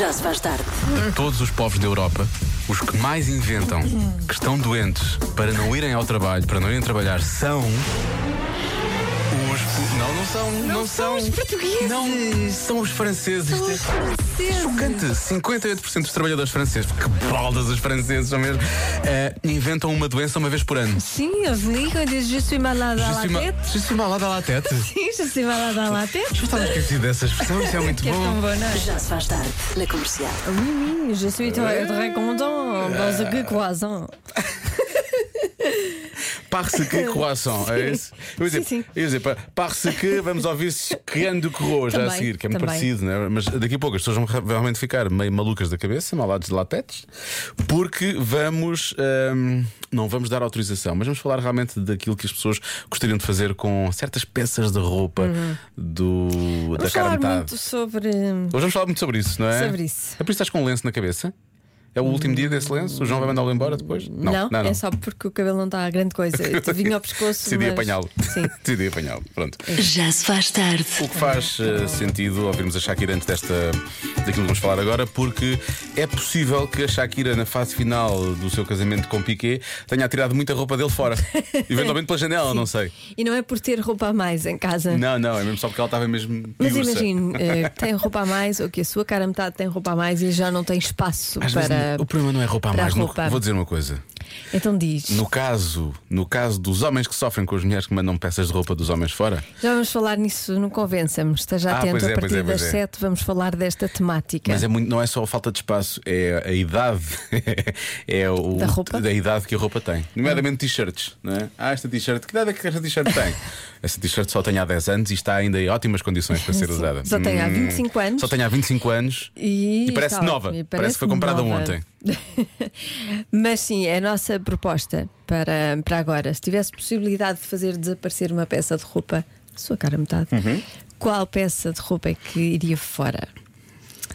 Já se faz tarde. Todos os povos da Europa, os que mais inventam, que estão doentes para não irem ao trabalho, para não irem trabalhar, são. os Não, não são. Não, são os portugueses. Não, são os franceses. Isto é Chocante! 58% dos trabalhadores franceses, que baldas os franceses são mesmo, eh, inventam uma doença uma vez por ano. Sim, eles ligam e dizem Je suis malade à la Justima- tête. Justima lá da latete. Sim, Je suis malade à la tête. Eu estava esquecido dessa expressão, isso é muito Que é tão bom. bom, não é? Já se faz tarde. Na comercial. Oui, oui, je suis très très content dans ce que croissant. Parce que croissant, é isso? Eu ia dizer, Sim, sim. eu ia dizer, pa- parce que vamos ouvir criando de Corro já a Também, seguir, que é muito também. parecido, né? mas daqui a pouco as pessoas vão ra- realmente ficar meio malucas da cabeça, malados de latetes, porque vamos. hum, não vamos dar autorização, mas vamos falar realmente daquilo que as pessoas gostariam de fazer com certas peças de roupa do, da Uhum. Vamos cara a falar metade. muito sobre. Hoje vamos falar muito sobre isso, não é? Sobre isso. É por isso que estás com um lenço na cabeça? É o último dia desse lenço? O João vai mandá-lo embora depois? Não, é só porque o cabelo não está a grande coisa. Eu Vinha ao pescoço. Decidi mas... apanhá-lo. Sim. É Decidi apanhá-lo. Pronto. Já se faz tarde. O que faz eh, sentido ouvirmos a Shakira antes desta, daquilo que vamos falar agora, porque é possível que a Shakira, na fase final do seu casamento com Piqué, tenha tirado muita roupa dele fora. Eventualmente pela janela, não sei. E não é por ter roupa a mais em casa. Não, não, é mesmo só porque ela estava mesmo. Mas piurça. imagine, eh, tem roupa a mais, ou que a sua cara a metade tem roupa a mais e já não tem espaço Às vezes, para. o problema não é roupa a para a mais. no- roupa. vou dizer uma coisa. Então diz. No caso, no caso dos homens que sofrem com as mulheres que mandam peças de roupa dos homens fora, Já vamos falar nisso no Convença-me. Esteja Ah, atento, pois é, a pois partir é, pois das é. 7 vamos falar desta temática. mas é muito, não é só a falta de espaço, é a idade. é o, Da roupa? da idade que a roupa tem. Nomeadamente t-shirts, não é? Ah, esta t-shirt, que idade é que esta t-shirt tem? essa t-shirt só tem há 10 anos e está ainda em ótimas condições para ser usada. Hum, Só tem há 25 anos. Só tem há 25 anos. E, E parece está nova. ótimo, e Parece que foi comprada nova. ontem. Mas sim, é a nossa proposta para, para agora. Se tivesse possibilidade de fazer desaparecer uma peça de roupa, sua cara a metade, Uhum. qual peça de roupa é que iria fora?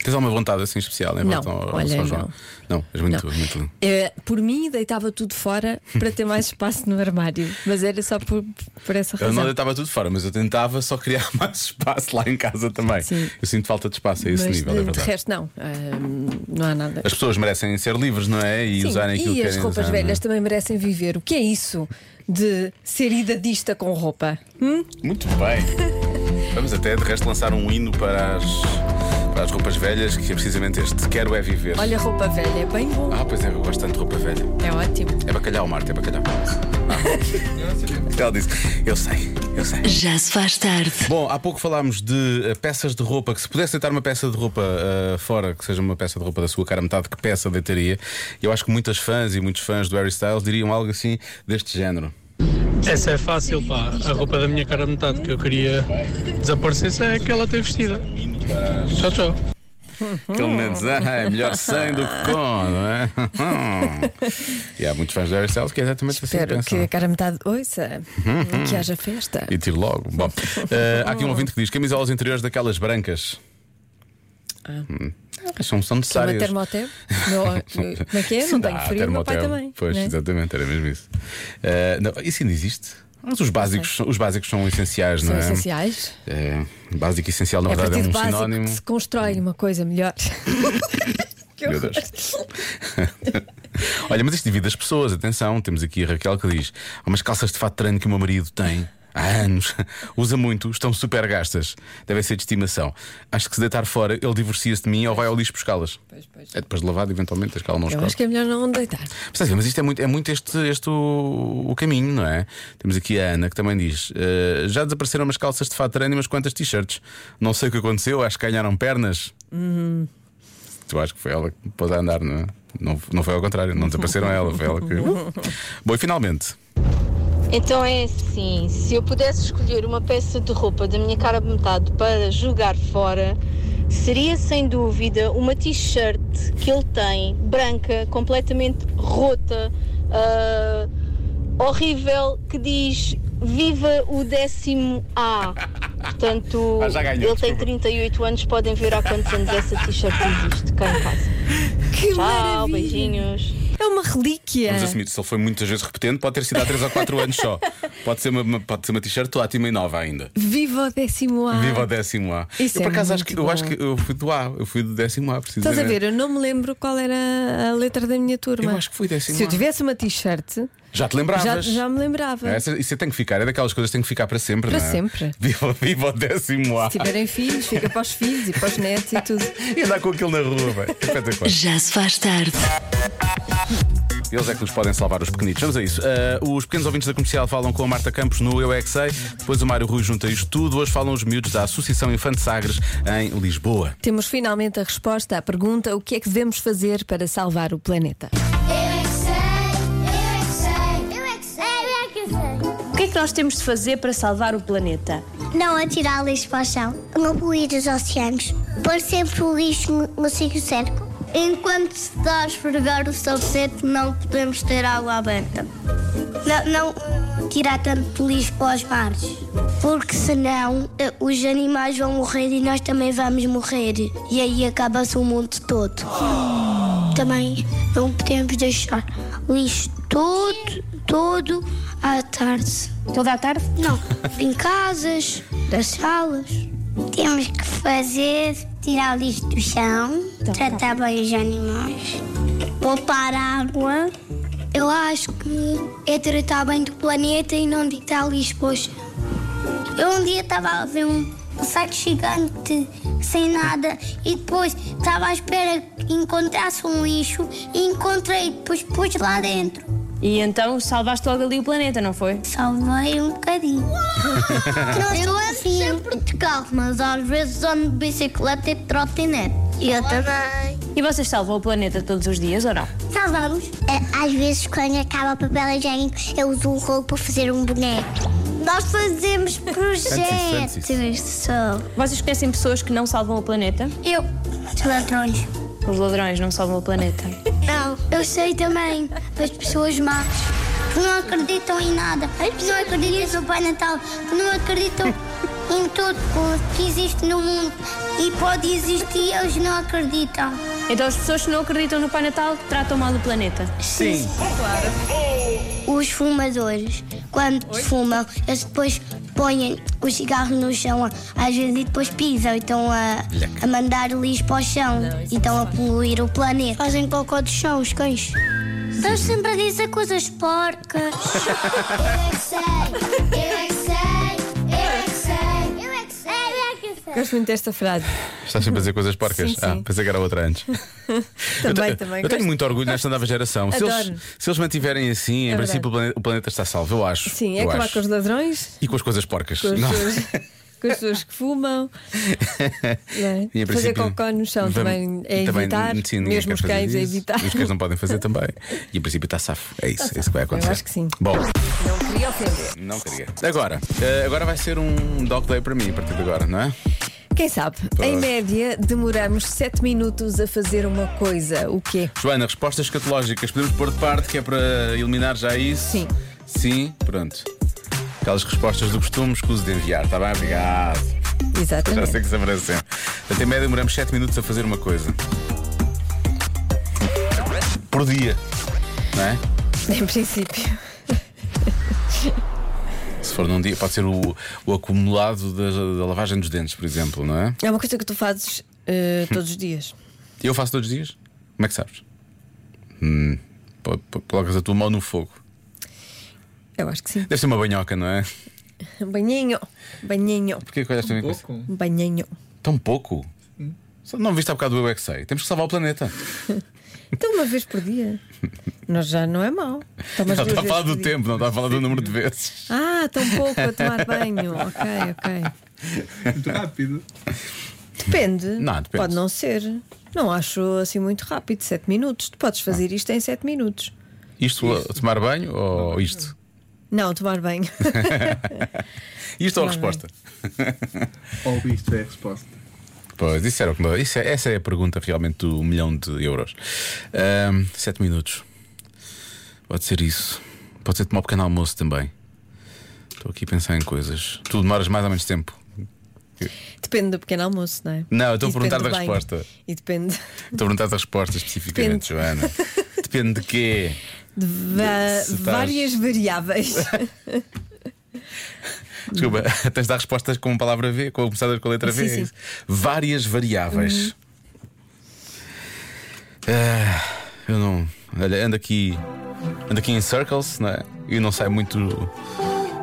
Tens alguma vontade assim especial em Não, relação ao, ao olha, São João? Não, és muito, Não. muito. Eh, por mim, deitava tudo fora para ter mais espaço no armário, mas era só por, por essa Eu razão. não deitava tudo fora, mas eu tentava só criar mais espaço lá em casa também. Sim. Eu sinto falta de espaço a esse mas nível, de, é de verdade. resto, não. Ahm, não há nada. As pessoas merecem ser livres, não é? E Sim, usarem aquilo e que as querem roupas usar, não é? velhas também merecem viver. O que é isso de ser idadista com roupa? Hum? Muito bem. Vamos até de resto lançar um hino para as, para as roupas velhas, que é precisamente este: Quero é viver. Olha, roupa velha é bem bom. Ah, pois é, eu gosto tanto de roupa velha. É ótimo. É bacalhau, Marta, é bacalhau. Ah. Ela disse: Eu sei, eu sei. Já se faz tarde. Bom, há pouco falámos de eh, peças de roupa que se pudesse deitar uma peça de roupa eh, fora, que seja uma peça de roupa da sua cara a metade, que peça deitaria? Eu acho que muitas fãs e muitos fãs do Harry Styles diriam algo assim deste género. Essa é fácil, pá. A roupa da minha cara metade que eu queria desaparecesse é aquela que tem vestida. Tchau, tchau. Aquele momento, de, ah, é melhor sem do que com, não é? e há muitos fãs do Harry Styles que é exatamente Espero assim. que a cara metade ouça, que haja festa. Uhum. E tiro logo. Bom, eh, há aqui um ouvinte que diz: camisolas interiores daquelas brancas. Hum. Ah, são, são Que é uma necessárias. termotep? Não, eh, como é que é? Não tenho Ah, frio, meu pai termotel. também. Pois, né? exatamente, era mesmo isso. Ah, não, isso ainda existe. Mas os básicos, são- os básicos são essenciais, São não é? essenciais. É, básico e essencial, na É a verdade, é partir de um básico sinónimo. que se constrói uma coisa melhor. Que Meu horror. Deus. Olha, mas isto divide as pessoas, atenção. Temos aqui a Raquel que diz: há umas calças de fato de treino que o meu marido tem. Há anos, usa muito, estão super gastas, devem ser de estimação. Acho que se deitar fora, ele divorcia-se de mim ou vai ao lixo buscá-las. Pois, pois. É depois de lavado, eventualmente, as que ela não Eu escolhe. acho que é melhor não deitar. Percebe? Mas isto é muito, é muito este, este o, o caminho, não é? Temos aqui a Ana que também diz: "Eh, já desapareceram umas calças de fato de treino e umas quantas t-shirts. Não sei o que aconteceu, acho que ganharam pernas. Uhum. Tu acho que foi ela que pôs a andar, não é? Não, não foi ao contrário, não desapareceram ela, foi ela que. Bom, e finalmente, Então é assim, se eu pudesse escolher uma peça de roupa da minha cara de metade para jogar fora, seria sem dúvida uma t-shirt que ele tem, branca, completamente rota, ah, horrível, que diz Viva o décimo A. Portanto, Ah, já ganhou, ele tem desculpa. 38 anos, podem ver há quantos anos essa t-shirt existe cá em casa. Que Tchau, maravilha! beijinhos. É uma relíquia. Vamos assumir, se ele foi muitas vezes repetente, pode ter sido há 3 ou 4 anos só. Pode ser uma, uma- pode ser uma t-shirt ótima e nova ainda. Viva o décimo A. Viva o décimo A. Ah. Isso eu por é acaso acho que, muito eu acho bom. que eu fui do A, eu fui do décimo A, Estás precisamente. a ver? Eu não me lembro qual era a letra da minha turma. Né? Eu acho que fui décimo Se eu A. tivesse uma t-shirt, Já te já, lembravas? já me lembrava. é? Essa- isso tem que ficar, é daquelas coisas que tem que ficar para sempre, Para não é? sempre. Viva, viva o décimo A. Se tiverem filhos, Tipo, fica para os filhos e para os netos e tudo. E andar com aquilo na rua, bem. Espetacular. Já se faz tarde. Eles é que nos podem salvar os pequenitos. Vamos a isso. Ah, os pequenos ouvintes da comercial falam com a Marta Campos no Eu é Que Sei. Depois o Mário Rui junta isto tudo. Hoje falam os miúdos da Associação Infante Sagres em Lisboa. Temos finalmente a resposta à pergunta: o que é que devemos fazer para salvar o planeta? é O que é que nós temos de fazer para salvar o planeta? Não atirar lixo para o chão, não poluir os oceanos, pôr sempre o lixo no, no sítio certo. Enquanto se está a esfregar o sabonete, não podemos ter água aberta. Não, não tirar tanto lixo para os mares, porque senão eh, os animais vão morrer e nós também vamos morrer. E aí acaba-se o mundo todo. Também não podemos deixar lixo todo, todo à tarde. Toda a tarde? Não, em casas, das salas. Temos que fazer, tirar o lixo do chão, Tá tratar bem os animais, poupar água. Eu acho que é tratar bem do planeta e não deitar lixo para o chão. Eu um dia estava a ver um saco gigante sem nada e depois estava à espera que encontrasse um lixo e encontrei, depois pus lá dentro. E então salvaste logo ali o planeta, não foi? Salvei um bocadinho. eu ando sempre de carro, mas às vezes ando de bicicleta e de trotinete. Eu também. E vocês salvam o planeta todos os dias ou não? Salvamos. É, Às vezes, quando acaba o papel higiênico, eu uso um rolo para fazer um boneco. Nós fazemos Antes isso, projetos. Só. Vocês conhecem pessoas que não salvam o planeta? Eu. Os ladrões. Os ladrões não salvam o planeta. Não, Então, eu sei também. As pessoas más que não acreditam em nada, as que não acreditam no Pai Natal, que não acreditam em tudo o que existe no mundo e pode existir, eles não acreditam. Então as pessoas que não acreditam no Pai Natal tratam mal o planeta. Sim. Os fumadores, quando fumam, eles depois põem o cigarro no chão às vezes e depois pisam e estão a, a mandar o lixo para o chão e estão a poluir o planeta. Fazem cocô do chão, os cães. Estás sempre a dizer coisas porcas. eu é que sei, eu é que sei, eu é que sei, eu é que sei, eu é que sei. Gosto muito desta frase. Estás sempre a dizer coisas porcas. Sim, sim. Ah, pensei que era outra antes. eu, Também, te- também eu tenho gosto. muito orgulho nesta nova geração. Se Adoro. eles, se eles mantiverem assim, em É princípio o planeta, o planeta está salvo, eu acho. Sim, é eu acabar acho. com os ladrões, E com as coisas porcas. com as, Não. pessoas, com as pessoas que fumam. não é? E, em Fazer princípio, cocó no chão também vamos- é também, evitar. sim, ninguém mesmo quer os fazer cães é isso. evitar. Os cães não podem fazer também. E em princípio está safo. É isso, é isso que vai acontecer. acho que sim. Bom, Não queria ofender. não queria. Agora, eh, agora vai ser um dog day para mim a partir de agora, não é? Quem sabe? Em Pois. média, demoramos 7 minutos a fazer uma coisa. O quê? Joana, respostas escatológicas podemos pôr de parte que é para eliminar já isso? Sim. Sim, pronto. Aquelas respostas do costume, escuso de enviar, está bem? Obrigado. Já sei Exatamente. que se aparece sempre. Portanto, em média demoramos 7 minutos a fazer uma coisa. Por dia. Não é? Em princípio. Se for num dia, pode ser o, o acumulado da, da lavagem dos dentes, por exemplo, não é? É uma coisa que tu fazes eh, todos os dias. Eu faço todos os dias? Como é que sabes? Hum, po- po- colocas a tua mão no fogo. Eu acho que sim. Deve ser uma banhoca, não é? Banhinho, banhinho, Porquê que olhaste para mim com isso? um. Pouco. banhinho. Tão pouco? Só Não viste há bocado o Eu é que sei. Temos que salvar o planeta. Então, uma vez por dia. Nós já não é mau. Não Tomas duas está a vezes falar por tá do dia. tempo, não está a falar do número de vezes. Ah, tão pouco a tomar banho. Ok, ok. Muito rápido. Depende. Não, depende. Pode não ser. Não acho assim muito rápido. Sete minutos. Tu podes fazer isto em sete minutos. Isto, a tomar banho ou isto? Não, tomar banho. Isto ou a Tomar resposta? banho. Ou isto é a resposta. Pois, isso era o que me- isso é- essa é a pergunta realmente do milhão de euros. Ahm, sete minutos. Pode ser isso. Pode ser tomar um pequeno almoço também. Estou aqui a pensar em coisas. Tu demoras mais ou menos tempo. Depende do pequeno almoço, não é? Não, eu estou E a perguntar depende da do banho. resposta. E depende. Estou a perguntar a resposta especificamente, Depende. Joana. Depende Depende de quê? De va- Se estás- várias variáveis. Desculpa, tens de dar respostas com a palavra V, com começadas com a letra V. Sim, é sim. Uhum. isso? Várias variáveis. Ah, eu não. Olha, ando aqui. Ando aqui em circles, não é? E não sai muito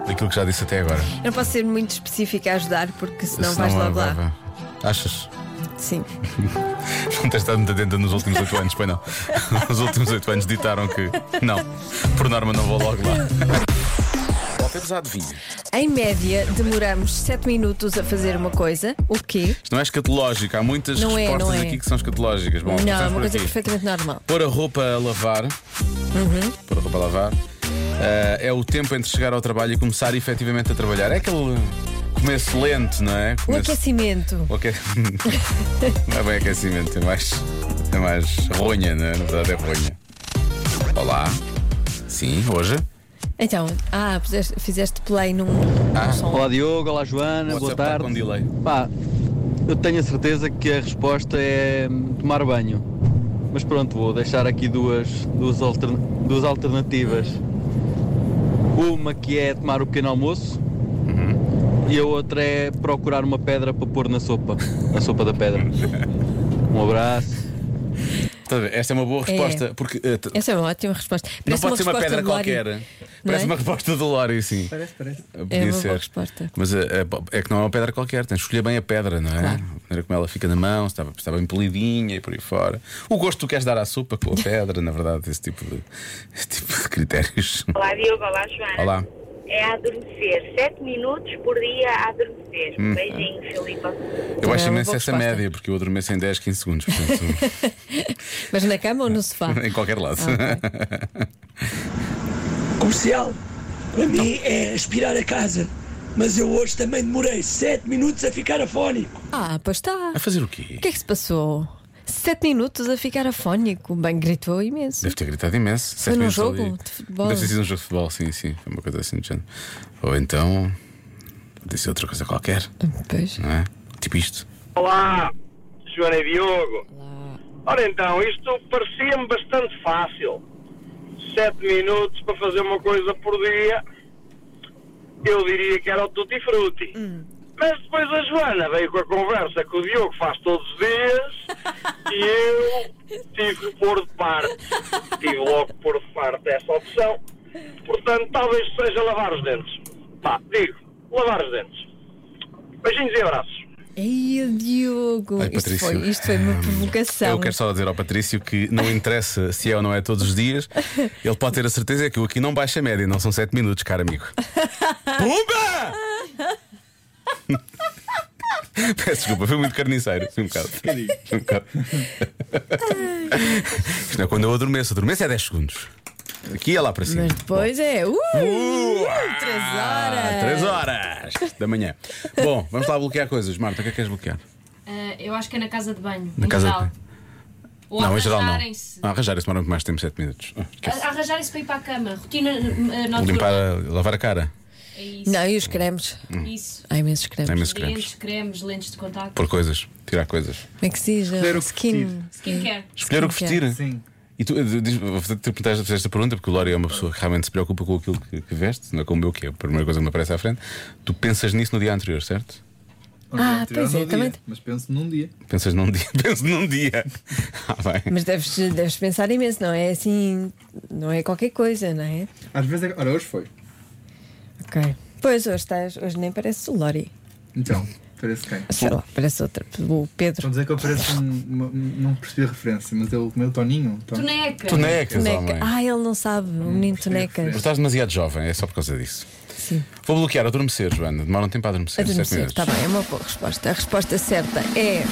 daquilo que já disse até agora. Eu não posso ser muito específica a ajudar, porque senão vais Senão, logo vai- lá. vai- Achas? Sim. Não tens estado muito atenta nos últimos oito anos, pois não. Os últimos oito anos ditaram que não, por norma não vou logo lá. Bom, temos a adivinha. Em média, demoramos 7 minutos a fazer uma coisa. O quê? Isto não é escatológico, há muitas Não é, respostas não é. aqui que são escatológicas. Bom, não, é começamos uma por coisa aqui. perfeitamente normal. Pôr a roupa a lavar. Uhum. Pôr a roupa a lavar. Ah, é o tempo entre chegar ao trabalho e começar efetivamente a trabalhar. É aquele começo lento, não é? O Começo... aquecimento. O aque- não é bem aquecimento, é mais, é mais ronha, não é? Na verdade é ronha. Olá. Sim, hoje. Então, ah, puseste- fizeste play num. Ah, Olá Diogo, olá Joana, WhatsApp boa tá com tarde. delay. Pá, eu tenho a certeza que a resposta é hum, tomar banho. Mas pronto, vou deixar aqui duas, duas, altern- duas alternativas. Uma que é tomar o pequeno almoço e a outra é procurar uma pedra para pôr na sopa. Na sopa da pedra. Um abraço. Tá a ver, Esta é uma boa resposta, porque eh, t- Essa é uma ótima resposta. não Parece pode ser uma resposta pedra do Lori. qualquer. Parece é? uma resposta do Lório, sim. Parece, parece. É uma boa resposta. Mas eh, eh, bo- é que não é uma pedra qualquer, tens de escolher bem a pedra, não é? Claro. A maneira como ela fica na mão, se estava, se está bem polidinha e por aí fora. O gosto que tu queres dar à sopa com a pedra, na verdade, esse tipo de, esse tipo de critérios. Olá Diogo, olá Joana. Olá. É a adormecer, 7 minutos por dia a adormecer. Uhum. Beijinho, Filipa. Eu Também acho é uma imenso boa essa resposta. média, porque eu adormeço em 10, 15 segundos. Portanto, Mas na cama ou no sofá? em qualquer lado. Ah, Comercial, para mim é aspirar a casa. Mas eu hoje também demorei 7 minutos a ficar afónico. Ah, pois está. A O fazer o quê? que é que se passou? Sete minutos a ficar afónico. O bem gritou imenso. Deve ter gritado imenso. Sete num minutos jogo ali. de futebol. Deve ter sido um jogo de futebol, sim, sim. Foi uma coisa assim do género. Ou então. Disse outra coisa qualquer, Pois. não é? Tipo isto. Olá, Joana e Diogo. Ora então, isto parecia-me bastante fácil. Sete minutos para fazer uma coisa por dia, eu diria que era o tutti frutti. Mas depois a Joana veio com a conversa que o Diogo faz todos os dias e eu tive que pôr de parte. Tive logo que pôr de parte essa opção. Portanto, talvez seja lavar os dentes. Pá, digo, lavar os dentes. Beijinhos e abraços. Ei, Diogo. Ai, isto, Patrício, foi, isto foi uma provocação. Eu quero só dizer ao Patrício que não interessa se é ou não é todos os dias, ele pode ter a certeza que o aqui não baixa a média, não são 7 minutos, caro amigo. Pumba! Peço desculpa, foi muito carniceiro. Foi um bocado. Foi um bocado. Isto não é quando eu adormeço, adormeço é 10 segundos. Aqui é lá para cima. Mas depois é. Uh, Uh, três ah, horas. Três horas da manhã. Bom, vamos lá bloquear coisas. Marta, o que é que queres bloquear? eu acho que é na casa de banho. Na em casa de geral. banho. Ou não, em geral não. arranjarem-se. Ah, Arranjarem-se demora muito mais tempo, 7 minutos. Ah, esquece. A- Arranjarem-se para ir para a cama. Rotina eh, noturna. Limpar, a- lavar a cara. É isso. Não, e os cremes? Isso. Há imensos cremes. Tem imensos cremes. Lentes, cremes, lentes de contacto. Pôr coisas. Tirar coisas. Como é que se diz? Escolher o que Skin. Skincare. Escolher o que Skincare. vestir. Sim. E tu, eh, diz- vou fazer- te perguntar esta- esta pergunta, porque o Lória é uma pessoa que realmente se preocupa com aquilo que, que veste, não é como eu, que é a primeira coisa que me aparece à frente. Tu pensas nisso no dia anterior, certo? Ah, pois um é, também. Mas penso num dia. Pensas num dia. Penso num dia. Ah, bem. Mas deves, deves pensar imenso, não é assim. Não é qualquer coisa, não é? Às vezes é... Ora, hoje foi. Ok. Pois hoje estás, hoje nem parece o Lori. Então, parece quem? Sei lá, parece outra. O Pedro. Vamos dizer que eu pareço um, uma- não percebi a referência, mas eu, é o meu Toninho. Ton... Toneca. Tu necas, Toneca. homem. Hum, Ah, ele não sabe. O menino Toneca. Mas estás demasiado jovem, é só por causa disso. Sim. Vou bloquear adormecer, Joana. Demora um tempo a adormecer. sete Adormecer. minutos. Está bem, é uma boa resposta. A resposta certa é.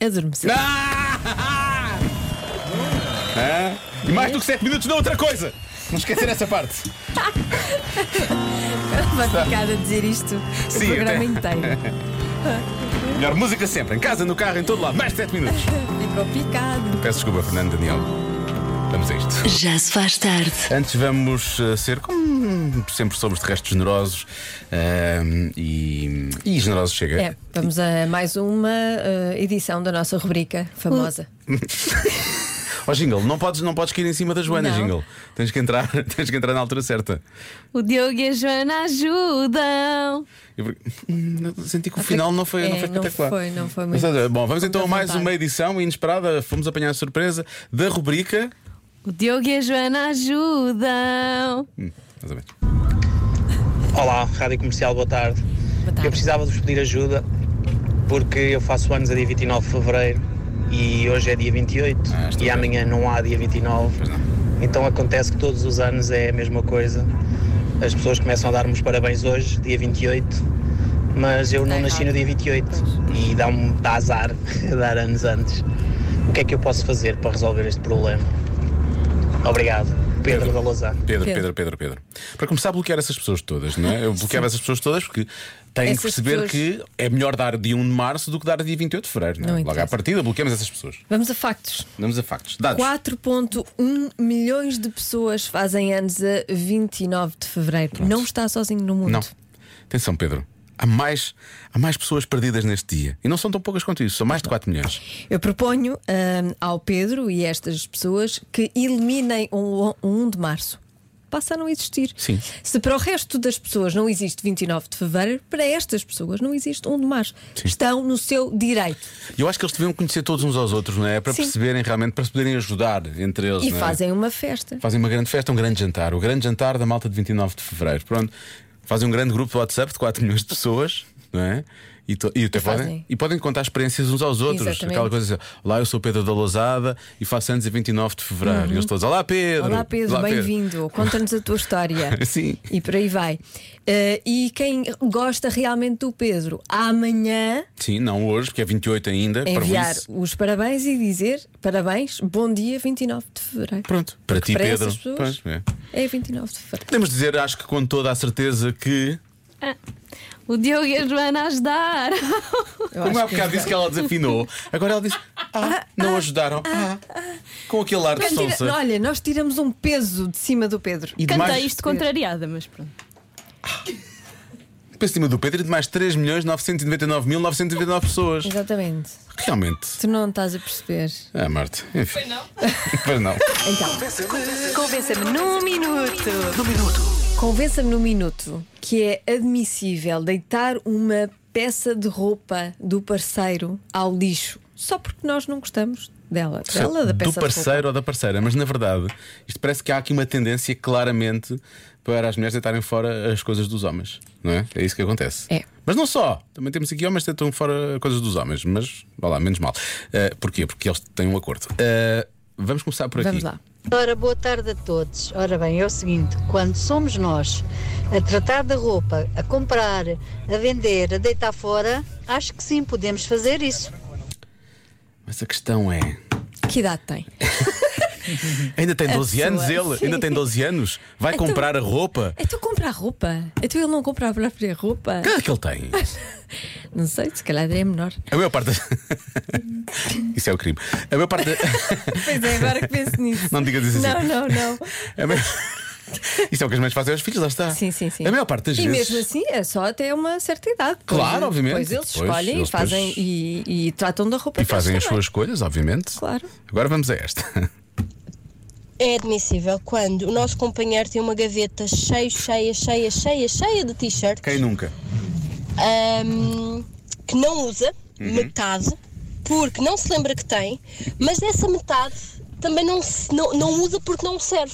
Adormecer. Ah! Hã? E mais do que 7 minutos, não outra coisa! Não esquecer essa parte. Vai ficar a dizer isto Sim, o programa até- inteiro. Melhor música sempre, em casa, no carro, em todo lado, mais de 7 minutos. Ficou picado. Peço desculpa, Fernando Daniel. Vamos a isto. Já se faz tarde. Antes vamos eh, ser, como sempre somos de resto, generosos ahm, e, e generosos chega. É, vamos a mais uma eh, edição da nossa rubrica famosa. Ó Jingle, não podes, não podes cair em cima da Joana, Não. Jingle. Tens que, entrar, tens que entrar na altura certa. O Diogo e a Joana ajudam. Eu porque- Hum, senti que o final não foi, não É, foi não espetacular. foi, não foi Mas, muito- Bom, vamos então a muito à mais vontade. uma edição inesperada. Fomos apanhar a surpresa da rubrica. O Diogo e a Joana ajudam. Hum, mais ou menos. Olá, Rádio Comercial, boa tarde. Eu precisava de vos pedir ajuda porque eu faço anos a dia 29 de Fevereiro e hoje é dia 28 e amanhã não há dia 29. Então acontece que todos os anos é a mesma coisa. As pessoas começam a dar-me os parabéns hoje, dia 28, mas eu não nasci no dia 28 e dá-me dá azar dar anos antes. O que é que eu posso fazer para resolver este problema? Obrigado. Pedro, da Lousada. Pedro, Pedro, Pedro, Pedro. Para começar a bloquear essas pessoas todas, não é? Eu bloqueava essas pessoas todas porque têm Essas que perceber pessoas- que é melhor dar dia 1 de março do que dar dia 28 de fevereiro, não é? Não Logo à partida, bloqueamos essas pessoas. Vamos a factos. Damos a factos. Dados. 4,1 milhões de pessoas fazem anos a 29 de fevereiro. Não está sozinho no mundo. Não. Atenção, Pedro. Há mais, há mais pessoas perdidas neste dia. E não são tão poucas quanto isso, são mais de 4 milhões. Eu proponho hum, ao Pedro e a estas pessoas que eliminem um, o 1 de março. Passa a não existir. Sim. Se para o resto das pessoas não existe 29 de fevereiro, para estas pessoas não existe 1 de março. Estão no seu direito. Eu acho que eles deviam conhecer todos uns aos outros, não é? Para Sim. perceberem realmente, para se poderem ajudar entre eles. e não é? fazem uma festa. Fazem uma grande festa, um grande jantar. O grande jantar da malta de 29 de fevereiro. Pronto. Fazem um grande grupo de WhatsApp de 4 milhões de pessoas, não é? E, to- e até E fazem. podem, e podem contar experiências uns aos outros. Exatamente. Aquela coisa assim: Olá, eu sou o Pedro da Lousada e faço anos a 29 de fevereiro. Uhum. E eles todos: Olá, Pedro! Olá Pedro, bem-vindo. Conta-nos a tua história. Sim. E por aí vai. Eh, e quem gosta realmente do Pedro, amanhã Sim, não hoje, porque é 28 ainda. para enviar isso. os parabéns e dizer parabéns, bom dia 29 de fevereiro. Pronto, para ti, para Pedro. essas pessoas- Pois, é. É 29 de fevereiro. Podemos dizer, acho que com toda a certeza que. O Diogo e a Joana ajudar. Como é há bocado disse que ela desafinou, agora ela disse: Ah, não ajudaram. Ah, com aquele ar de Mentira, sonsa. olha, nós tiramos um peso de cima do Pedro. E de Cantei mais- isto contrariada, mas pronto. Para cima do Pedro e de mais 3 milhões 999.999 pessoas. Exatamente. Realmente. Tu não estás a perceber. Ah, Marte. Enfim. Pois não. Pois não. Então, convença-me num minuto. Num minuto. Convença-me num minuto que é admissível deitar uma peça de roupa do parceiro ao lixo só porque nós não gostamos dela. Dela, da peça do de parceiro ou da parceira, mas na verdade, isto parece que há aqui uma tendência claramente para as mulheres deitarem fora as coisas dos homens, não é? É isso que acontece. É. Mas não só, também temos aqui homens que deitam fora coisas dos homens, mas vá lá, menos mal. Ah, porquê? Porque eles têm um acordo. Ah, vamos começar por aqui. Ora, boa tarde a todos. Ora bem, é o seguinte: quando somos nós a tratar da roupa, a comprar, a vender, a deitar fora, acho que sim, podemos fazer isso. Mas a questão é. roupa. Que idade tem? Ainda tem A 12 anos pessoa, ele? sim. Ainda tem 12 anos? Vai Então- comprar a roupa? É tu comprar roupa? É tu ele não comprar a própria roupa? Que idade que ele tem? Não sei, se calhar é menor. A maior parte. das- Isso é o crime. A maior parte. Pois é, agora que penso nisso. Não digas isso Não, assim. não, não. A maior- Isso é o que as mães fazem aos filhos, lá está. Sim, sim, sim. A maior parte das e vezes. mesmo assim é só até uma certa idade. Pois- Claro, obviamente. Pois eles Pois, escolhem eles e fazem depois- e, e tratam da roupa. E deles fazem as também. é suas escolhas, obviamente. Claro. Agora vamos a esta. É admissível quando o nosso companheiro tem uma gaveta cheia, cheia, cheia, cheia, cheia de t-shirts Quem nunca? ahm, que não usa Uhum. metade porque não se lembra que tem, mas dessa metade também não, se- não, não usa porque não serve.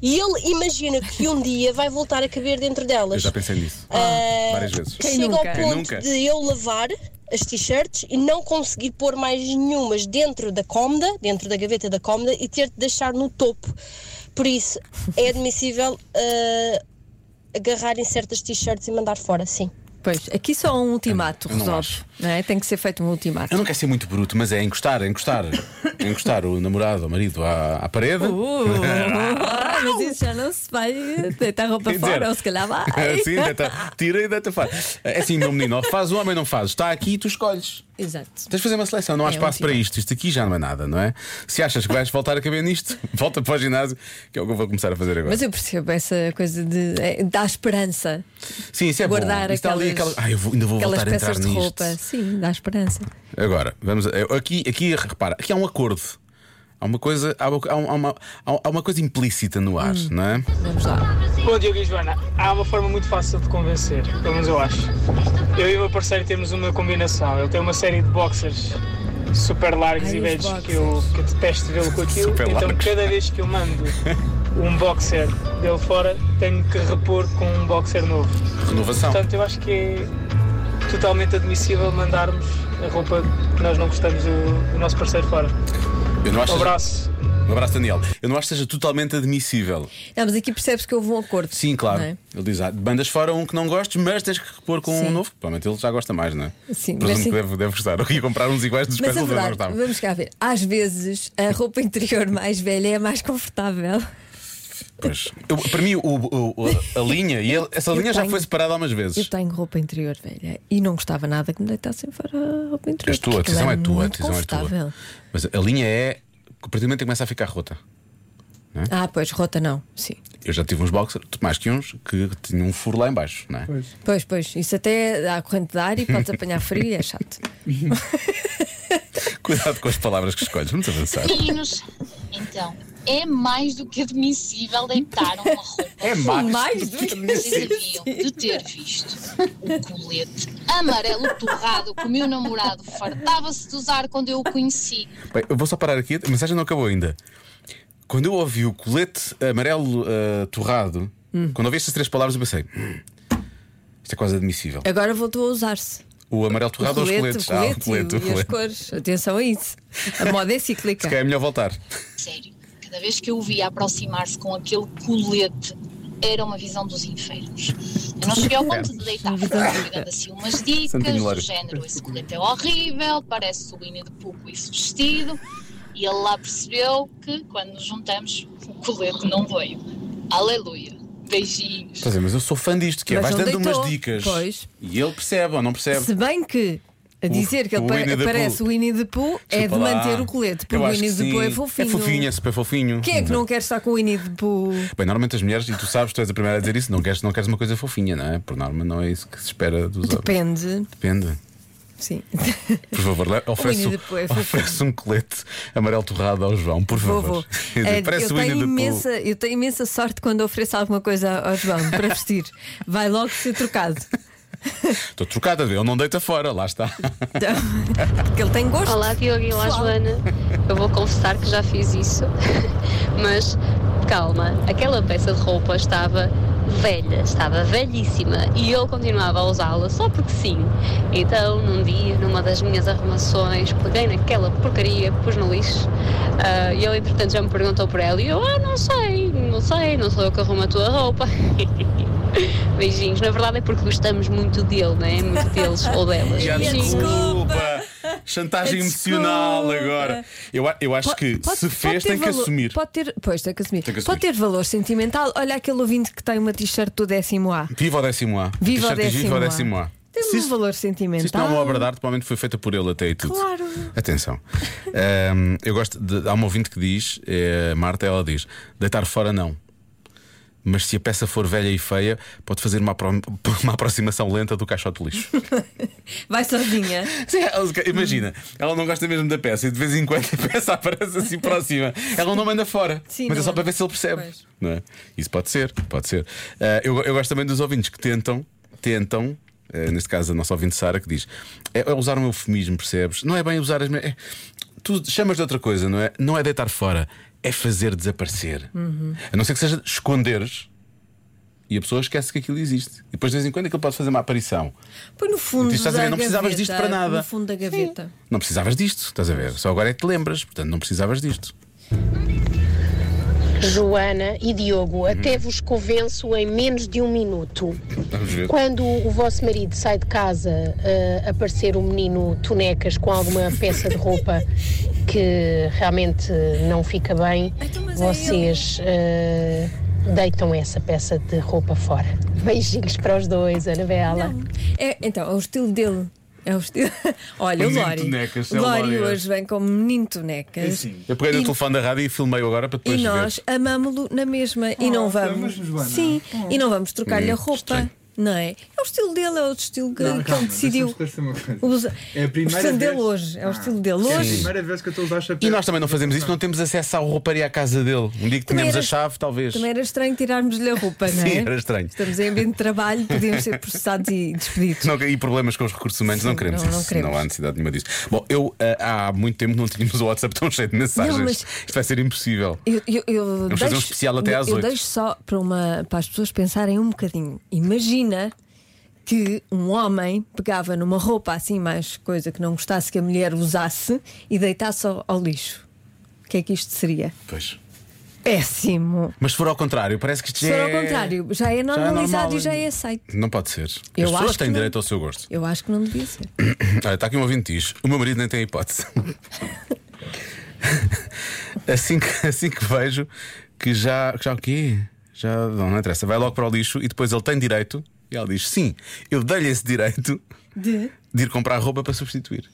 E ele imagina que um dia vai voltar a caber dentro Eu delas. já pensei nisso. Ah, Várias vezes. Chega ao ponto de eu lavar as t-shirts e não conseguir pôr mais nenhumas dentro da cómoda, dentro da gaveta da cómoda e ter de deixar no topo. Por isso, é admissível ah, agarrar em certas t-shirts e mandar fora, sim. Pois, aqui só um ultimato Eu não resolve. Não é? Tem que ser feito um ultimato. Eu não quero ser muito bruto, mas é encostar, encostar. É encostar o namorado ou marido à, à parede. Uh, Ah, mas isso já não se vai deitar roupa Quer dizer, É, fora, ou se calhar vai. Sim, deita- tira e deita fora. É assim, meu menino, ou faz o homem ou não faz. Está aqui e tu escolhes. Exato. Tens de fazer uma seleção, não há É espaço ótimo. para isto. Isto aqui já não é nada, não é? Se achas que vais voltar a caber nisto, volta para o ginásio, que é o que eu vou começar a fazer agora. Mas eu percebo essa coisa de é, dá esperança. Sim, isso é Guardar bom. Isto está ali aquelas- aquela- Ah, eu vou- ainda vou Aquelas voltar a peças entrar de nisto. roupa. Sim, dá esperança. Agora, vamos. a- Aqui, aqui, repara, aqui há um acordo. Há uma coisa, há, uma- há uma, há uma coisa implícita no ar, Hum. não é? Vamos lá. Bom Diogo e Joana, há uma forma muito fácil de convencer, pelo menos eu acho. Eu e o meu parceiro temos uma combinação. Ele tem uma série de boxers super largos Ai, e os velhos que eu que eu detesto vê-lo com aquilo. Super então largos. cada vez que eu mando um boxer dele fora, tenho que repor com um boxer novo. Renovação. Portanto, eu acho que é totalmente admissível mandarmos a roupa que nós não gostamos do, do nosso parceiro fora. Eu não acho Um abraço. Um abraço, Daniel. Eu não acho que seja totalmente admissível. Não, mas aqui percebes que houve um acordo. Sim, claro. Não é? Ele diz: ah, bandas fora um que não gostes, mas tens que repor com um Sim. novo. Provavelmente ele já gosta mais, não é? Sim, mas Presumo sim. que deve, deve gostar. Eu ia comprar uns iguais dos Mas quais a ele não é? verdade, gostava. vamos cá ver. Às vezes a roupa interior mais velha é a mais confortável. Pois. Eu- para mim, o- o- o- a linha, e ele- essa Eu linha já tenho- foi separada algumas vezes. Eu tenho roupa interior velha e não gostava nada que me deitassem fora a roupa interior. És tu, a porque decisão aquilo é era tua, a muito decisão é tua. confortável. Mas a linha é. A partir do momento em que começa a ficar rota. Ah, pois, rota não. Sim. Eu já tive uns boxers, mais que uns, que tinham um furo lá em baixo, não é? Pois, pois, isso até dá a corrente de ar e podes apanhar frio e é chato. Cuidado com as palavras que escolhes, vamos avançar. Meninos, então, é mais do que admissível deitar uma roupa. É mais Mais do do que que Vocês haviam de ter visto o colete amarelo torrado que o meu namorado fartava-se de usar quando eu o conheci. Bem, eu vou só parar aqui, a mensagem não acabou ainda. Quando eu ouvi o colete amarelo ah, torrado, quando ouvi estas três palavras, eu pensei: "Hum, isto é quase admissível. Agora voltou a usar-se. O amarelo O torrado ou os colete, coletes? o Ah, colete, e, o o- e as cores. Atenção a isso. A moda é cíclica. Se calhar é melhor voltar. Sério, cada vez que eu o via aproximar-se com aquele colete, era uma visão dos infernos. Eu não cheguei ao ponto de deitar fora, fui dando assim umas dicas Santinho do Lara. género: esse colete é horrível, parece suíno de pouco isso vestido. E ele lá percebeu que quando nos juntamos, o colete não veio. Aleluia! Beijinhos! Estás a dizer, mas eu sou fã disto, que é, Mas vais não dando deitou. umas dicas. Pois. E ele percebe ou não percebe. Se bem que a O- dizer que ele o pa- Winnie the parece Pooh. o Winnie the Pooh é de Desculpa lá. manter o colete, porque Eu o acho Winnie que the Pooh é sim. fofinho. É fofinho, é super fofinho. Quem é que não quer estar com o Winnie the Pooh? Bem, normalmente as mulheres, e tu sabes, tu és a primeira a dizer isso, não queres, não queres uma coisa fofinha, não é? Por norma, não é isso que se espera dos homens. Depende. Depende. Sim. Por favor, le- oferece, Winnie the Pooh é fofinho. oferece um colete amarelo torrado ao João, por Vou, favor. vou. Quer dizer, Eh, eu, Parece o Winnie tenho the imensa, eu tenho imensa sorte quando ofereço alguma coisa ao João para vestir. Vai logo ser trocado. Pooh. Estou trocada, ele não deita fora, lá está. Então, Porque ele tem gosto. Olá, Diogo e olá, Joana. Eu vou confessar que já fiz isso, mas calma, aquela peça de roupa estava velha, estava velhíssima e eu continuava a usá-la só porque sim. Então, num dia, numa das minhas arrumações, peguei naquela porcaria, pus no lixo ah, e ele, entretanto, já me perguntou por ela e eu, ah, não sei, não sei, não sou eu que arrumo a tua roupa. Beijinhos, na verdade é porque gostamos muito dele, não é? Muito deles ou delas. Já Beijinhos. desculpa! Chantagem emocional agora. Eu, a- eu acho Po- que pode- se pode fez, ter tem que valor- assumir. Pode ter, pois, tem que assumir. Tem que Pode ter valor sentimental. Olha aquele ouvinte que tem uma t-shirt do décimo A. Viva o décimo A. Viva o Deixar-te dizer, Viva o décimo décimo A. A. Tem um valor sentimental. Se isto não é uma obra de arte, provavelmente foi feita por ele até e tudo. Claro. Atenção. Ahm, eu gosto de. Há uma ouvinte que diz, eh, a Marta, ela diz: deitar fora não. Mas se a peça for velha e feia, pode fazer uma, apro- uma aproximação lenta do caixote de lixo. Vai sozinha. Imagina, ela não gosta mesmo da peça e de vez em quando a peça aparece assim próxima. Ela não manda fora, Sim, mas é não só manda. para ver se ele percebe. não é? Isso pode ser, pode ser. Ah, eu, eu gosto também dos ouvintes que tentam, tentam. ah, neste caso, a nossa ouvinte Sara que diz: é, é usar um eufemismo, percebes? Não é bem usar as. me- é- tu chamas de outra coisa, não é? Não é deitar fora, é fazer desaparecer. Uhum. A não ser que seja esconderes e a pessoa esquece que aquilo existe. E depois, de vez em quando, aquilo pode fazer uma aparição. Pois no fundo. Tu estás a da ver, não precisavas gaveta, disto para nada. No fundo da gaveta. Não precisavas disto, estás a ver? Só agora é que te lembras, portanto não precisavas disto. Joana e Diogo, até vos convenço em menos de um minuto. Vamos ver. Quando o vosso marido sai de casa eh, aparecer um menino tonecas com alguma peça de roupa que realmente não fica bem, vocês eh, deitam essa peça de roupa fora. Beijinhos para os dois, Anabela. É, então, é o estilo dele. É o estilo. Olha, o Menino Lório. Tonecas, é o o Lório Lório hoje vem como menino tonecas. Eu peguei no E- telefone da rádio e filmei agora para depois E nós ver. Oh, amámo-lo na mesma. e não vamos. Sim, e não vamos trocar-lhe a Hum, roupa. estranho. Não é? É o estilo dele, é o estilo que, Não, que calma, ele decidiu. deixa-me esclarecer uma coisa. Usa- É a primeira o estilo vez- dele hoje. É o Ah, estilo dele É a hoje. primeira vez que eu estou a usar chapéu. E nós também não fazemos isso, não temos acesso à rouparia à casa dele. Um dia que Também tínhamos era- a chave, talvez. Também era estranho tirarmos-lhe a roupa, não é? Sim, era estranho. Estamos em ambiente de trabalho, podíamos ser processados e despedidos. Não, e problemas com os recursos humanos, não queremos não- não isso. queremos. há necessidade nenhuma disso. Bom, eu ah, há muito tempo não tínhamos o WhatsApp tão cheio de mensagens. Não, mas- Isto vai ser impossível. Eu, eu, eu Vamos deixo, fazer um especial até às eu oito. deixo só para, uma, para as pessoas pensarem um bocadinho. Imagina que um homem pegava numa roupa assim, mais coisa que não gostasse que a mulher usasse e deitasse ao, ao lixo. O que é que isto seria? Pois. Péssimo. Mas se for ao contrário, parece que isto Se já for ao é- contrário, já é normal, normalizado e hein? já é aceito. Não pode ser. Eu As acho pessoas que têm não. direito ao seu gosto. Eu acho que não devia ser. Olha, está aqui um ouvinte que diz: O meu marido nem tem hipótese. assim, que, assim que vejo que já. que já o quê? Já. Não, não interessa. Vai logo para o lixo e depois ele tem direito. E ela diz: Sim, eu dei-lhe esse direito De. de ir comprar roupa para substituir.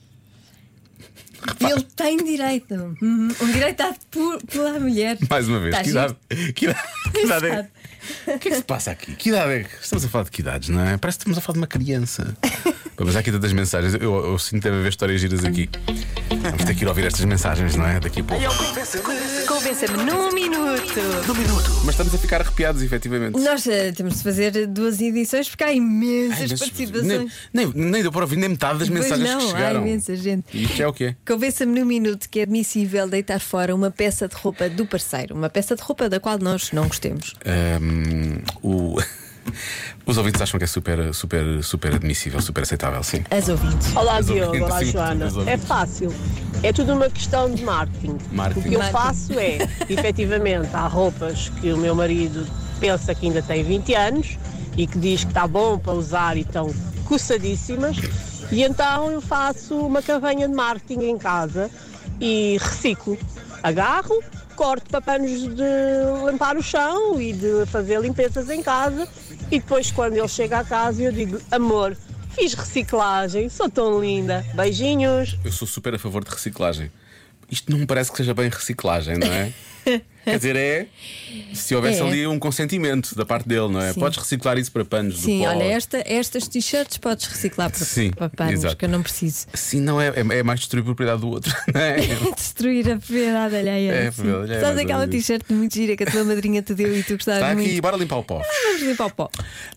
Ele tem direito. Uhum. Um direito dado por- pela mulher. Mais uma vez, Tá que giro? idade, que idade, que idade é O que é que se passa aqui? Que idade é que. Estamos a falar de que idades, não é? Parece que estamos a falar de uma criança. Pô, Mas há aqui tantas mensagens. Eu, eu sinto que deve haver histórias giras aqui. Vamos ter que ir ouvir estas mensagens, não é? Daqui a pouco. Convença-me num minuto. Num minuto. Mas estamos a ficar arrepiados, efetivamente. Nós eh, temos de fazer duas edições porque há imensas Ai, mas- participações. Nem, nem, nem deu para ouvir nem metade das Pois mensagens não, que há chegaram. imensa gente. E isto é o que é. Convença-me num minuto que é admissível deitar fora uma peça de roupa do parceiro, uma peça de roupa da qual nós não gostemos. Ahm, o- Os ouvintes acham que é super, super, super admissível, super aceitável, sim. As ouvintes. Olá, As Diogo. ouvintes, Olá, sim, Joana. as ouvintes. É fácil. É tudo uma questão de marketing. Marketing. O que eu Marketing. faço é, efetivamente, há roupas que o meu marido pensa que ainda tem 20 anos e que diz que está bom para usar e estão coçadíssimas. E então eu faço uma campanha de marketing em casa e reciclo. Agarro, corto para panos de limpar o chão e de fazer limpezas em casa. E depois, quando ele chega à casa, eu digo: amor, fiz reciclagem, sou tão linda. Beijinhos. Eu sou super a favor de reciclagem. Isto não me parece que seja bem reciclagem, não é? Quer dizer, é se houvesse É. ali um consentimento da parte dele, não é? Sim. Podes reciclar isso para panos do Sim, pó. olha, esta, estas t-shirts podes reciclar para, Sim, para panos, exato. que eu não preciso. Sim, não é, é, é mais destruir a propriedade do outro, não é? Destruir a propriedade alheia. É, a sim. propriedade alheia, Sabes mais ou aquela menos. t-shirt muito gira que a tua madrinha te deu e tu gostavas Está muito? aqui, bora limpar o pó. Ah, vamos limpar o pó.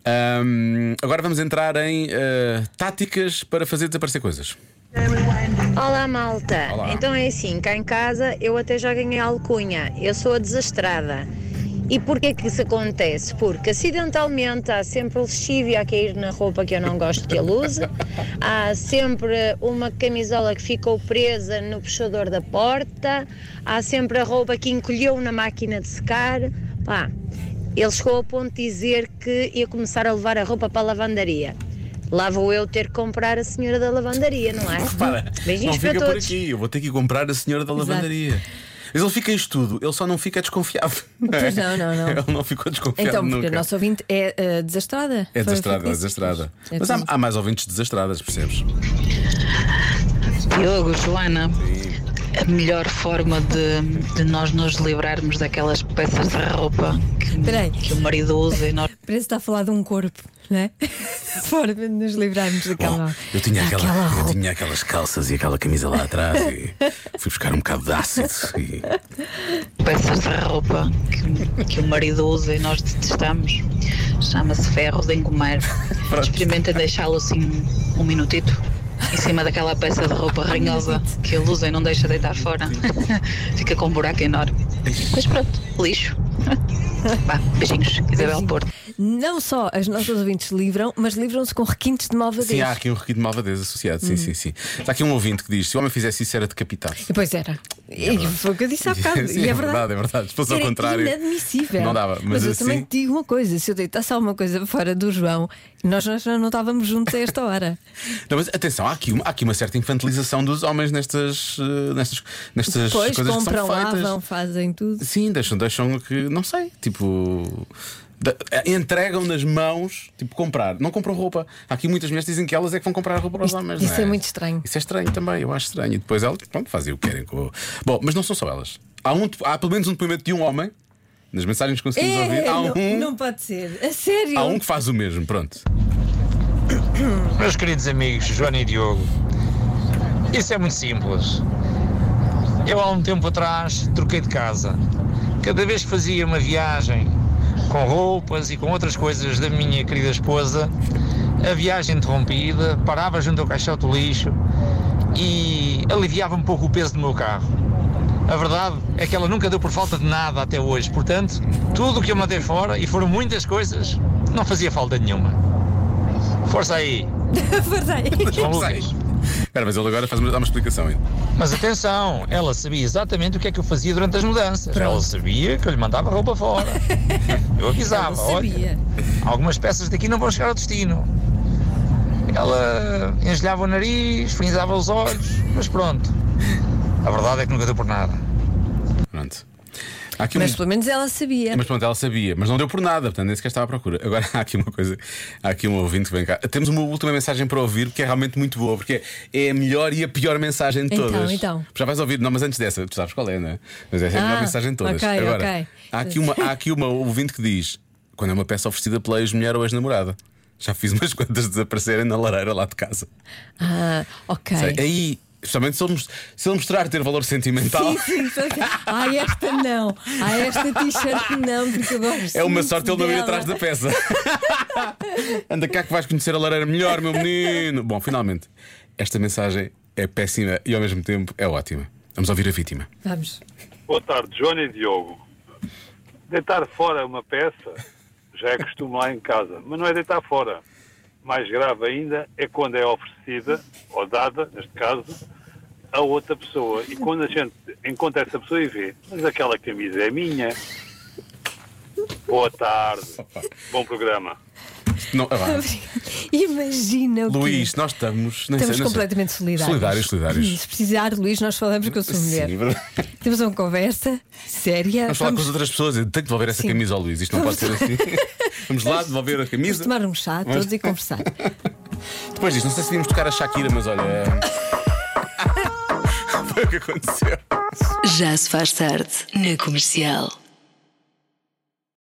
Ahm, agora vamos entrar em ah, táticas para fazer desaparecer coisas. Olá, malta. Olá. Então é assim, cá em casa eu até já ganhei a alcunha. Eu sou a desastrada. E porquê que isso acontece? Porque acidentalmente há sempre lexívia a cair na roupa que eu não gosto que ele use, há sempre uma camisola que ficou presa no puxador da porta, há sempre a roupa que encolheu na máquina de secar. Pá, ele chegou ao ponto de dizer que ia começar a levar a roupa para a lavandaria. Lá vou eu ter que comprar a senhora da lavandaria, não é? Repara, Beijinhos não fica para por todos. aqui. Eu vou ter que ir comprar a senhora da Exato. lavandaria. Mas ele fica isto tudo, ele só não fica desconfiado. Pois não, não, não. Ele não ficou desconfiado Então, porque nunca. a nossa ouvinte é eh, desastrada. É Foi- foi desastrada, é isso? desastrada. É Mas há, tudo. há mais ouvintes desastradas, percebes? Diogo, Joana, a melhor forma de, de nós nos livrarmos daquelas peças de roupa Peraí. que, que o marido usa e nós. Parece que está a falar de um corpo, não é? Fora de nos livrarmos daquela. Eu tinha, aquela, Aquela eu roupa. tinha aquelas calças e aquela camisa lá atrás e fui buscar um bocado de ácido e Peças de roupa que, que o marido usa e nós detestamos. Chama-se ferro de engomar. Experimenta deixá-lo assim um minutito em cima daquela peça de roupa ranhosa que ele usa e não deixa deitar fora. Fica com um buraco enorme. Mas pronto, lixo. Vá, beijinhos, Isabel Porto. Não só as nossas ouvintes livram, mas livram-se com requintes de malvadez. Sim, há aqui um requinte de malvadez associado. Sim, Hum. sim, sim. Está aqui um ouvinte que diz: se o homem fizesse isso, era decapitado. E Pois era. E foi o que eu disse há bocado. É Sim, e é é verdade, é verdade. Se fosse ao Era contrário, Inadmissível. não dava, mas eu assim- também te digo uma coisa: se eu deitasse alguma coisa fora do João, nós, nós não estávamos juntos a esta hora. Não, mas atenção, há aqui, uma- há aqui uma certa infantilização dos homens nestas, eh, nestas, nestas Depois coisas que compram, são feitas. lavam, fazem tudo. Sim, deixam, deixam que, não sei, tipo. da- eh, Entregam nas mãos, tipo, comprar. Não compram roupa. Há aqui muitas mulheres que dizem que elas é que vão comprar roupa para os homens. Isso não é muito estranho. Isso é estranho também, eu acho estranho. E tipo, depois elas, pronto, fazem o que querem com. o- Bom, mas não são só elas. Há, um, há pelo menos um depoimento de um homem Nas mensagens que conseguimos É, ouvir, há não, um, não pode ser. A sério. há um que faz o mesmo. Pronto. Meus queridos amigos, Joana e Diogo, isso é muito simples. Eu há um tempo atrás troquei de casa. Cada vez que fazia uma viagem com roupas e com outras coisas da minha querida esposa, a viagem interrompida, parava junto ao caixote do lixo e aliviava um pouco o peso do meu carro. A verdade é que ela nunca deu por falta de nada até hoje, portanto, tudo o que eu mandei fora, e foram muitas coisas, não fazia falta nenhuma. Força aí! Força aí! Força aí! Espera, mas ele agora faz uma, dá uma explicação ainda. Mas atenção, ela sabia exatamente o que é que eu fazia durante as mudanças. Ela sabia que eu lhe mandava roupa fora. Eu avisava, olha, algumas peças daqui não vão chegar ao destino. Ela engelhava o nariz, frinzava os olhos, mas pronto. A verdade é que nunca deu por nada. Pronto. Há aqui um- Mas pelo menos ela sabia. Mas pronto, ela sabia, mas não deu por nada, portanto nem sequer estava à procura. Agora há aqui uma coisa, há aqui um ouvinte que vem cá. Temos uma última mensagem para ouvir que é realmente muito boa, porque é a melhor e a pior mensagem de Então, todas. então. Já vais ouvir, não, mas antes dessa, tu sabes qual é, não é? Mas essa é a Ah, melhor mensagem de todas. ok, Agora, ok. Há, aqui uma, há aqui uma ouvinte que diz: quando é uma peça oferecida pela ex-mulher ou ex-namorada, já fiz umas quantas desaparecerem na lareira lá de casa. Ah, ok. Sei, Aí, especialmente se ele, mos- se ele mostrar ter valor sentimental. Sim, sim, sim. Ai, esta não. Ai, esta t-shirt não, porque eu gosto. É uma muito sorte ele não ir dela. atrás da peça. Anda cá que vais conhecer a lareira melhor, meu menino. Bom, finalmente, esta mensagem é péssima e ao mesmo tempo é ótima. Vamos ouvir a vítima. Vamos. Boa tarde, Joana e Diogo. Deitar fora uma peça já é costume lá em casa, mas não é deitar fora. Mais grave ainda é quando é oferecida, ou dada, neste caso, a outra pessoa. E quando a gente encontra essa pessoa e vê, mas aquela camisa é minha. Boa tarde. Bom programa. Não, ah, vá. Imagina o que- Luís, nós estamos. nem Estamos sei, nem sei. completamente solidários. Solidários, Hum, solidários. Se precisar, Luís, nós falamos que eu sou mulher. Então Sim, verdade. Temos uma conversa séria. Vamos falar com as outras pessoas. Eu tenho que devolver essa Sim. camisa ao Luís. Isto não pode ser assim. Vamos lá devolver a Vamos camisa. tomar um chá Vamos- todos e conversar. Depois disso, não sei se devíamos tocar a Shakira, mas olha. é. Foi o que aconteceu. Já se faz tarde na comercial.